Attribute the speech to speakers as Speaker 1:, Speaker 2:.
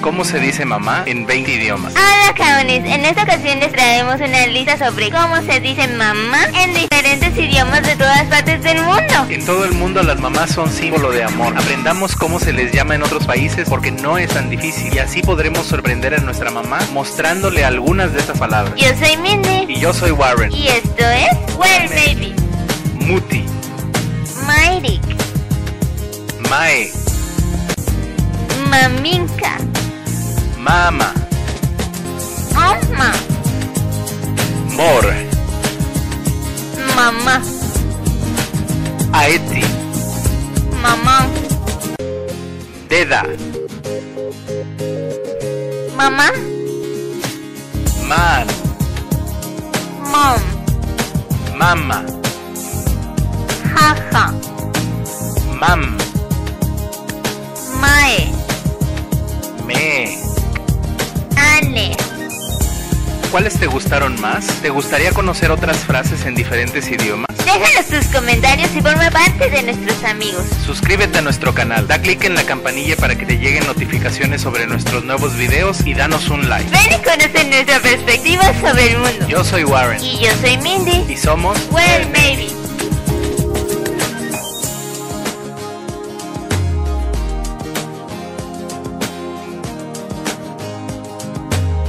Speaker 1: ¿Cómo se dice mamá en 20 idiomas?
Speaker 2: Hola Caunis, en esta ocasión les traemos una lista sobre cómo se dice mamá en diferentes idiomas de todas partes del mundo.
Speaker 1: En todo el mundo las mamás son símbolo de amor. Aprendamos cómo se les llama en otros países porque no es tan difícil y así podremos sorprender a nuestra mamá mostrándole algunas de estas palabras.
Speaker 2: Yo soy Mindy
Speaker 1: Y yo soy Warren.
Speaker 2: y esto es Well Baby,
Speaker 1: Muti,
Speaker 2: Mayrik,
Speaker 1: Mae,
Speaker 2: Maminka,
Speaker 1: Mama,
Speaker 2: Oma,
Speaker 1: Mor,
Speaker 2: Mamá,
Speaker 1: Aeti,
Speaker 2: Mamá,
Speaker 1: Deda,
Speaker 2: Mamá,
Speaker 1: Man,
Speaker 2: Mom,
Speaker 1: Mama,
Speaker 2: Jaja,
Speaker 1: Mam,
Speaker 2: Mae,
Speaker 1: Me.
Speaker 2: Ale,
Speaker 1: ¿Cuáles te gustaron más? ¿Te gustaría conocer otras frases en diferentes idiomas?
Speaker 2: Déjanos tus comentarios y forma parte de nuestros amigos.
Speaker 1: Suscríbete a nuestro canal, da clic en la campanilla para que te lleguen notificaciones sobre nuestros nuevos videos y danos un like.
Speaker 2: Ven y conoce nuestra perspectiva sobre el mundo.
Speaker 1: Yo soy Warren
Speaker 2: Y yo soy Mindy.
Speaker 1: y somos
Speaker 2: Well, baby.